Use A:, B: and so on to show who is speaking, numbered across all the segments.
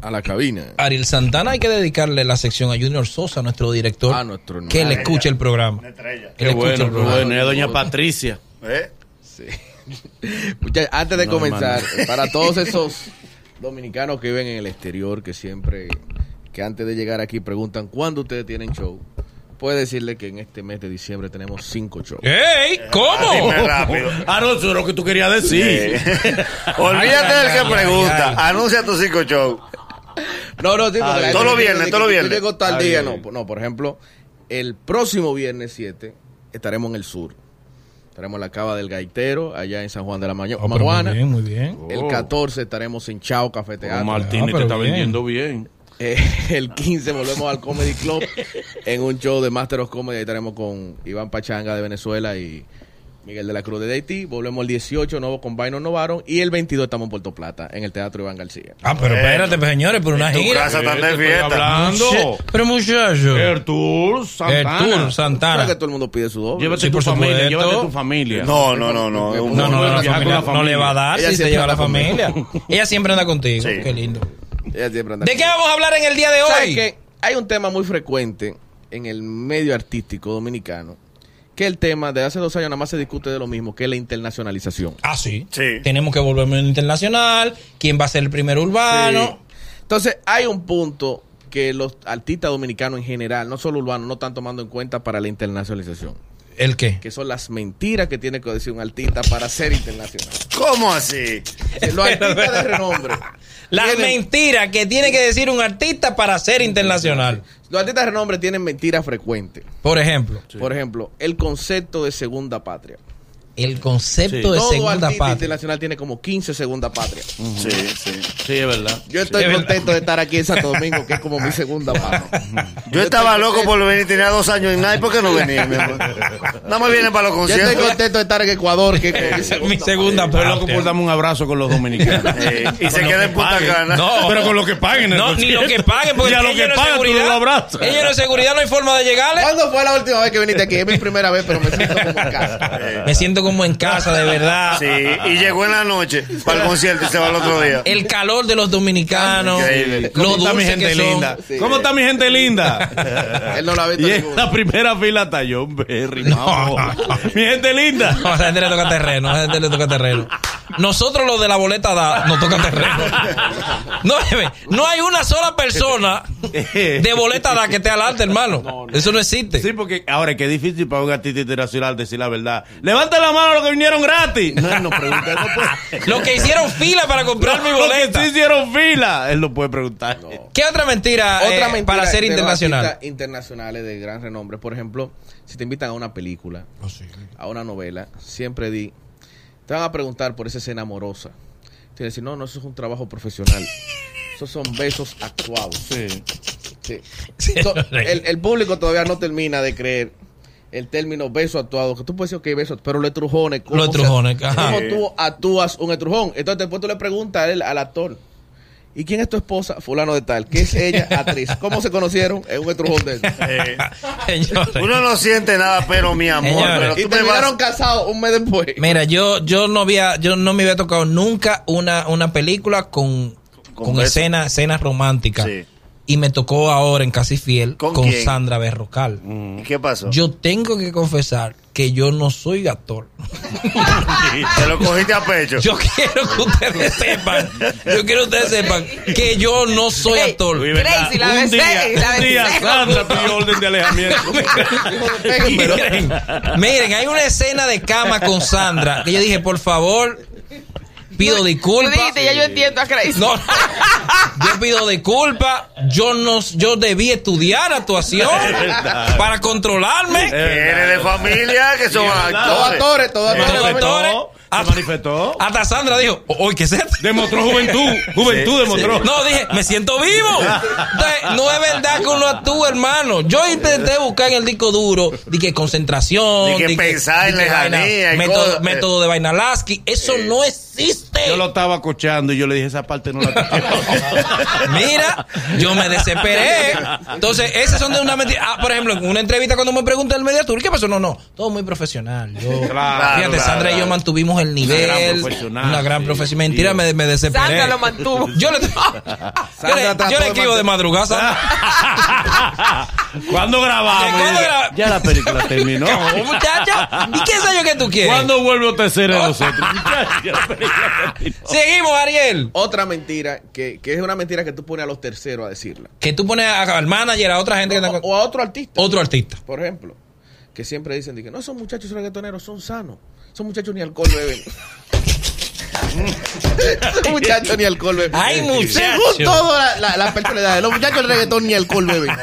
A: A la cabina.
B: Ariel Santana. Hay que dedicarle la sección a Junior Sosa, nuestro director,
A: Ah, nuestro hermano.
B: que le escuche el programa. Que le escuche el programa.
C: bueno, es doña Patricia.
A: Sí. Muchachos, antes de
C: No,
A: comenzar, para todos esos dominicanos que viven en el exterior, que siempre, que antes de llegar aquí preguntan cuándo ustedes tienen show, puedo decirle que en este mes de diciembre tenemos cinco shows.
B: ¡Ey! ¿Cómo?
D: Ah,
B: Oh,
D: Dime rápido.
C: Ah, no, eso es lo que tú querías decir.
B: Eh,
D: Olvídate del
B: ay,
D: que
B: ay,
D: pregunta. Anuncia tus cinco shows.
A: No, no, sí, porque la gente
D: Ah, Todos los
A: tiene que
D: viernes,
A: decir,
D: todos los
A: "Yo
D: viernes".
A: llego tal
C: Ah,
A: día,
C: bien.
A: no, no, por ejemplo, el próximo viernes 7 estaremos en el sur. Estaremos en la Cava del Gaitero, allá en San Juan de la Mañana.
B: Oh, pero muy bien, muy bien.
C: Oh.
A: El 14 estaremos en Chao Café Teatro.
C: Martín
B: Ah,
C: te
B: pero
C: está
B: bien.
C: vendiendo bien.
A: Eh, el 15 volvemos al Comedy Club en un show de Master of Comedy. Ahí estaremos con Iván Pachanga de Venezuela y Miguel de la Cruz de Haití. Volvemos el 18, nuevo con Vaino Novaron. Y el 22 estamos en Puerto Plata, en el Teatro Iván García.
B: Ah, pero espérate, pues, señores, por una
D: Eh, Tu
B: gira.
D: casa tan
C: Eh, te
D: de
C: estoy
D: fiesta.
C: hablando.
B: Che, Pero muchacho.
C: Ertur Santana.
B: Ertur
A: ¿Sabes
B: Santana.
A: que todo el mundo pide su doble?
C: Llévate
B: Sí,
C: tu
B: por
C: familia,
B: supuesto.
C: llévate tu familia.
D: No, no, no, no.
B: No, no, no, la
C: Viaja con
B: familia
C: la
B: no le va a dar
A: Ella
B: si te
A: siempre
B: lleva la
A: anda conmigo.
B: familia. Ella siempre anda contigo.
D: Sí.
B: Qué lindo.
A: Ella siempre anda
B: ¿De
A: con-
B: qué vamos a hablar en el día de
A: ¿Sabes
B: hoy?
A: qué? Hay un tema muy frecuente en el medio artístico dominicano que el tema de hace dos años nada más se discute de lo mismo, que es la internacionalización.
B: Ah, sí.
D: Sí.
B: Tenemos que volvernos internacional. ¿Quién va a ser el primer urbano?
A: Sí. Entonces, hay un punto que los artistas dominicanos en general, no solo urbanos, no están tomando en cuenta para la internacionalización,
B: ¿El qué?
A: que son las mentiras que tiene que decir un artista para ser internacional. Eh,
D: ¿Cómo así?
A: Los artistas de renombre.
B: Las
A: tienen-
B: mentiras que tiene que decir un artista para ser internacional.
A: Los artistas de renombre tienen mentiras frecuentes.
B: Por ejemplo,
A: Por ejemplo, el concepto de segunda patria.
B: el concepto de
A: Todo
B: segunda
A: artista
B: patria.
A: internacional tiene como 15 segunda patria.
D: Sí, sí.
C: Sí, es verdad.
A: Yo estoy
B: es verdad.
A: contento de estar aquí en Santo Domingo, que es como mi segunda patria.
D: Yo estaba loco por venir, tenía dos años en nada, ¿y por qué no venía? mi amor? Nada más vienen para los
A: Yo estoy
D: conciertos.
A: contento de estar en Ecuador, que es como mi
B: Mi
A: segunda
B: segunda
C: Estoy loco por
B: patria.
C: darme un abrazo con los dominicanos.
D: Eh, y se queda en Punta Cana.
B: No,
C: Pero con lo que paguen. el
B: no, ni lo que
C: concierto.
B: paguen, porque
C: Ya lo
B: ellos
C: que
B: no es
C: pagan, tú no
B: seguridad.
C: lo abrazas.
B: Ellos no es seguridad, no hay forma de llegarle.
A: ¿Cuándo fue la última vez que viniste aquí? Es mi primera vez, pero me siento como en casa.
B: Me siento como en casa, de verdad.
D: Sí, y llegó en la noche para el concierto y se va el otro día.
B: El calor de los dominicanos. Lo
D: Increíble.
C: ¿Cómo está mi
B: dulce
C: gente
B: que son.
C: linda?
A: Sí.
C: ¿Cómo está mi gente linda?
A: Él no la ha visto
C: Y en
A: ninguno.
C: la primera fila está John Berry. vamos. Mi gente linda.
B: No, a esa gente le toca terreno, a esa gente le toca terreno. Nosotros los de la boleta da, nos toca terreno. No, bebé, no hay una sola persona de boleta da que esté adelante, hermano. Eso no existe.
C: Sí, porque ahora es que es difícil para un artista internacional decir la verdad. Levanta la mano a los que vinieron gratis. No, él no pregunta. No puede.
B: Los que hicieron fila para comprar mi
C: Los que
B: boleta.
C: sí hicieron fila. Él no puede preguntar.
B: ¿Qué otra mentira, eh,
A: Otra mentira
B: para ser
A: de los
B: internacional?
A: artistas internacionales de gran renombre. Por ejemplo, si te invitan a una película, a una novela, siempre di, te van a preguntar por esa escena amorosa. Tienes que decir, no, no, eso es un trabajo profesional. Esos son besos actuados. Sí.
B: Sí,
A: So,
B: no,
A: el, el público todavía no termina de creer el término beso actuado. Que tú puedes decir, ok, beso, pero los estrujones. ¿cómo
B: Los
A: se-
B: estrujones, ajá.
A: ¿Cómo tú actúas un estrujón? Entonces después tú le preguntas a él, al actor. ¿Y quién es tu esposa? Fulano de tal. ¿Qué es ella? Actriz. ¿Cómo se conocieron? Es un estrujón de él.
D: Eh,
B: Ah, Señores.
D: uno no siente nada, pero mi amor.
B: Señores.
D: Pero
A: Y
D: tú me
A: terminaron
D: vas.
A: casados un mes después.
B: Mira, yo, yo no había, yo no me había tocado nunca una, una película con,
D: Con
B: con
D: beso.
B: escenas, escenas románticas.
D: Sí.
B: Y me tocó ahora en Casi Fiel
D: ¿Con
B: con,
D: quién?
B: Sandra Berrocal.
D: ¿Y Mm, ¿Qué pasó?
B: Yo tengo que confesar que yo no soy actor.
D: Te lo cogiste a pecho.
B: Yo quiero que ustedes sepan, yo quiero que ustedes sepan que yo no soy actor.
C: Uy, ¿verdad?
E: Gracie, la
C: un
E: besé,
C: día,
E: la
C: un
E: besé.
C: día Sandra pidió orden de alejamiento.
A: Péguenmelo.
B: miren, miren, hay una escena de cama con Sandra que yo dije, por favor, pido
E: Tú
B: disculpas.
E: dijiste, ya yo entiendo a Gracie.
B: No, no. yo pido disculpas. Yo no, yo debí estudiar actuación
C: verdad.
B: para controlarme.
D: Eres de familia que son
C: Sí, es verdad.
A: Todos
D: actores.
A: actores, todos
C: Eh,
B: Los
A: actores.
C: no,
B: actores,
C: no.
B: Hasta-
C: manifestó?
B: Hasta Sandra dijo, hoy qué es esto?
C: Ah. Demostró juventud. Juventud
D: Sí,
C: demostró.
B: No, dije, me siento vivo. Entonces, no es verdad que uno actúa, hermano. Yo intenté buscar en el disco duro, dije concentración,
D: Di que
B: di
D: pensar en
B: di que
D: lejanía
B: vaina,
D: y
B: método,
D: cosas.
B: método de vaina Lasky. Eso no existe.
C: Yo lo estaba escuchando y yo le dije, esa parte no la toqué.
B: Mira, yo me desesperé. Entonces, esas son de una mentira. Ah, por ejemplo, en una entrevista cuando me pregunta el media tour, ¿qué pasó? No, no, todo muy profesional. Yo,
C: Claro,
B: fíjate,
C: claro,
B: Sandra y yo
C: claro.
B: mantuvimos el nivel. Una gran profesional.
C: profesional, sí,
B: Mentira,
C: Dios.
B: me, me desesperé.
F: Sandra lo mantuvo.
B: Yo le, yo le- yo le escribo de madrugada, Sandra.
C: Ah, ¿Cuándo
B: ¿De
C: grabamos?
B: cuándo gra-
C: Ya la película terminó.
B: No, muchacha. ¿Y qué sé yo que tú quieres?
C: ¿Cuándo vuelve a ser de nosotros? Ya la película terminó.
B: Seguimos, Ariel.
A: Otra mentira, que, que es una mentira que tú pones a los terceros a decirla.
B: Que tú pones a- al manager, a otra gente que
A: O,
B: está-
A: o a otro artista.
B: Otro artista.
A: Por ejemplo, que siempre dicen, de que no, esos muchachos reggaetoneros son sanos. Esos muchachos ni alcohol beben. Esos muchachos ni alcohol beben.
B: Ay,
A: Según
B: muchacho.
A: toda la, la, la personalidad de los muchachos del reggaetón ni alcohol beben.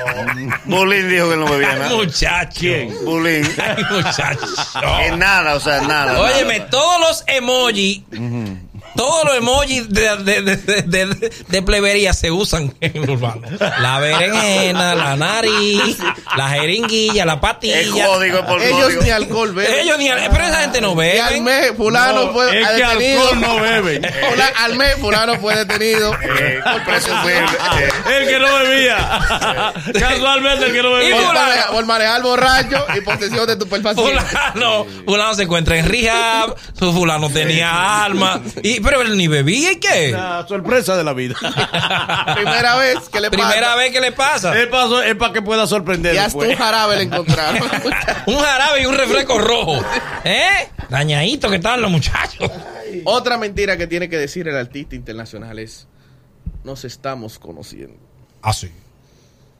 D: Bulín dijo que no bebía nada.
B: Muchacho.
D: Bulín.
B: Ay, muchacho.
D: En nada, o sea, en nada.
B: Óyeme, todos los emojis, todos los emojis de, de, de, de- de- de plebería se usan en urbano. La berenjena, la nariz, la jeringuilla, la
D: El
B: patilla. Eh,
D: código por
A: Ellos
D: código.
A: ni alcohol beben.
B: Ellos ni pero esa gente no
A: Y
B: ve.
A: al mes fulano
C: No,
A: fue
C: es que
A: detenido.
C: alcohol no beben.
A: Fula- al mes fulano fue detenido.
D: Eh, por presumible,
C: Ah.
B: Ah.
D: eh.
C: El que no bebía. Casualmente el que no
B: Y
A: Por
C: bebía.
B: fulano.
A: manejar, por manejar borracho y posesión de estupefacientes.
B: Fulano, fulano se encuentra en rehab, su fulano tenía alma, y, pero él ni bebía y qué.
C: La sorpresa de la vida.
A: Primera vez que le pasa. Eh.
B: Primera vez que le pasa.
C: Es para, es para que pueda sorprender.
A: Y hasta
C: pues.
A: un jarabe le encontraron.
B: Un jarabe y un refresco rojo. ¿Eh? Dañadito que están los muchachos.
A: Otra mentira que tiene que decir el artista internacional es nos estamos conociendo.
G: Ah, sí.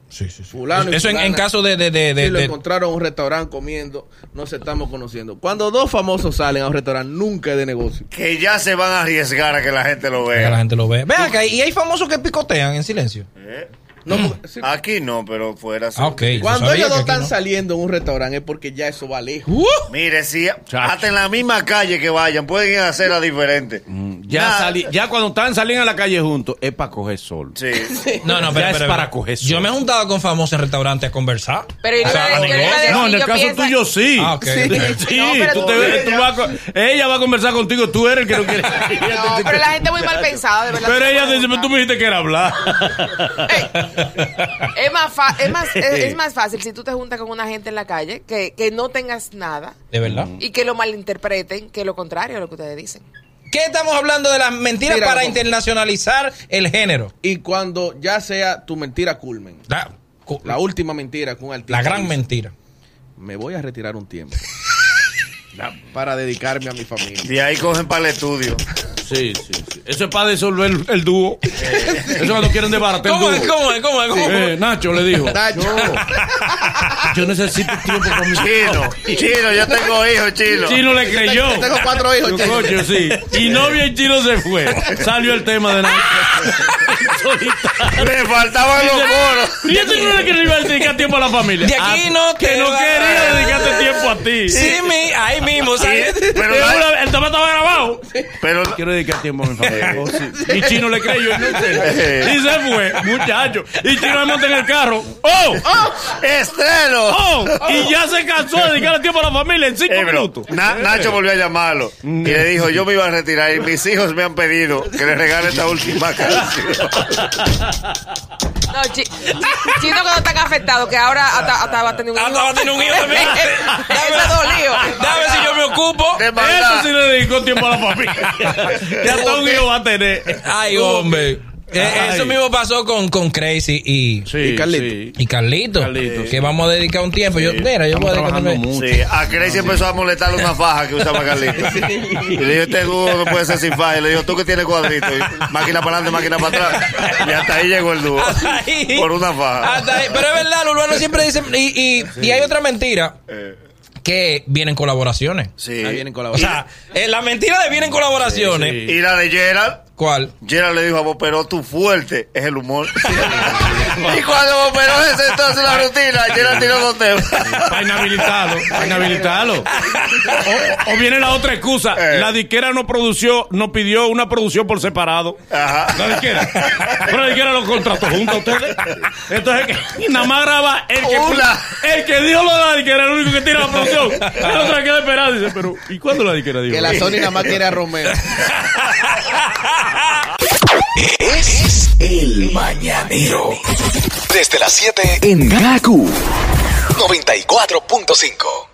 G: Sí, sí, sí.
A: Fulano y
B: Eso en, en
A: fulana,
B: caso de... de, de, de-
A: si lo
B: de-
A: encontraron en un restaurante comiendo, nos estamos conociendo. Cuando dos famosos salen a un restaurante, nunca es de negocio.
D: Que ya se van a arriesgar a que la gente lo
B: que la
D: vea.
B: gente lo ve. Vea que hay, y hay famosos que picotean en silencio.
A: No, porque- sí.
D: Aquí no, pero fuera sí.
B: Ah, ok. Yo
A: Cuando
B: sabía
A: ellos
B: que
A: dos
B: aquí
A: están
B: no.
A: saliendo en un restaurante es porque ya eso va lejos.
B: ¡Uh!
D: Mire, si hasta en la misma calle que vayan, pueden ir a hacerla diferente.
C: Ya,
D: Nah,
C: salí- ya cuando están saliendo a la calle juntos, es para coger sol.
D: Sí.
B: No, no, pero,
C: Ya es
B: pero-
C: para coger sol.
B: Yo me he juntado con famosos en restaurantes a conversar.
F: Pero yo
B: O
F: le
B: sea,
F: iba a
B: a
F: decir- yo le iba a
B: negocios.
F: decir,
C: No, en el
F: yo
C: caso
F: pienso-
C: tuyo sí.
B: Ah, ok, ok.
C: Sí,
F: No, pero
C: tú
F: tú-
C: te- tú vas a co- ella va a conversar contigo, tú eres el que no quiere.
F: No, pero la gente es muy mal pensada, de verdad.
C: Pero
F: no
C: ella
F: puedo
C: dice, pero
F: votar.
C: tú me dijiste que era hablar.
F: Ey, es, más fa- es, más, es, es más fácil si tú te juntas con una gente en la calle que, que no tengas nada
B: De verdad.
A: Mm.
F: y que lo malinterpreten que lo contrario a lo que ustedes dicen.
B: ¿Qué estamos hablando de las mentiras
A: Mira,
B: para
A: loco.
B: internacionalizar el género?
A: Y cuando ya sea tu mentira culmen,
B: La, cu-
A: la última mentira con un artista.
B: la gran
A: dice,
B: mentira.
A: Me voy a retirar un tiempo para dedicarme a mi familia.
D: De ahí cogen para el estudio.
C: Sí, sí, sí. Eso es para disolver el, el dúo. Eso es cuando quieren desbaratar el
B: ¿Cómo
C: dúo.
B: es? ¿Cómo es? ¿Cómo es? ¿Cómo es?
C: Eh, Nacho le dijo,
A: Nacho,
C: yo necesito tiempo para mi
D: Chino, chino, yo tengo hijos, chino.
C: Chino le creyó.
A: tengo cuatro hijos. che.
C: Coño, sí. Y no bien Chino se fue. Salió el tema de la... Solitario.
D: Le faltaban los coros.
C: Y yo no le quería dedicar tiempo a la familia. Ah,
B: De aquí no
C: que
B: te
C: no
B: va-
C: quería dedicarte tiempo a ti.
B: Sí, mi, ahí mismo, ¿sabes?
D: Pero,
C: Pero
D: na-
C: una- el tema estaba grabado.
D: pero
C: Quiero dedicar tiempo a mi familia. Y Chino le creyó. Y, no sé. Y se fue, muchacho. Y Chino le monta en el carro. ¡Oh!
D: estreno.
C: ¡Oh! Y ya se cansó de dedicarle tiempo a la familia en cinco
D: Eh, bro,
C: minutos.
D: Na- Nacho volvió a llamarlo y le dijo, yo me iba a retirar y mis hijos me han pedido que les regale esta última canción.
F: No, chi- chino que no están afectados, que ahora hasta, hasta va a tener un hijo.
B: Hasta va a tener un hijo también.
F: Eso dolió.
B: Dame si yo me ocupo.
D: De
C: Eso
D: maldad.
C: sí le dedicó tiempo a la familia. ya todo un hijo va a tener.
B: Ay, hombre. Eh, Eso
C: Ay.
B: mismo pasó con, con Crazy y,
C: Sí,
A: Y Carlito.
C: sí.
B: y Carlito,
C: Carlito,
B: Que vamos a dedicar un tiempo. Yo, mira, yo
C: Estamos
B: voy a dedicar
C: trabajando
B: también.
C: mucho.
D: Sí, a Crazy empezó a molestarle una faja que usaba Carlito. Y le dijo, este dúo no puede ser sin faja. Y le dijo, tú que tienes cuadrito. Y máquina para adelante, máquina para atrás. Y hasta ahí llegó el dúo.
B: Hasta ahí.
D: Por una faja.
B: Hasta ahí. Pero es verdad, los urbanos siempre dicen. Y, y, y hay otra mentira
D: Eh,
B: que vienen colaboraciones.
D: sí.
A: Ahí vienen
B: O
A: colaboraciones.
B: sea, eh, la mentira de vienen colaboraciones.
D: Y la de Gerald.
B: ¿Cuál?
D: Gerald le dijo a Bob, pero tu fuerte es el humor. y cuando Bob Perón Esa es entonces la rutina. Ayer la tiró con tema.
C: Para inhabilitarlo, para inhabilitarlo. O, o viene la otra excusa.
D: Eh.
C: La disquera no produció, no pidió una producción por separado.
D: Ajá.
C: La disquera. Pero la disquera los contrató junto a ustedes. Entonces, que- nada más graba el que,
D: Hola.
C: el que dio lo de la disquera, el único que tira la producción. El otro se queda esperando. Dice, pero ¿y cuándo la disquera dijo?
A: Que la Sony nada más quiere a Romeo.
E: Es el mañanero. Desde las 7 en Gaku 94.5.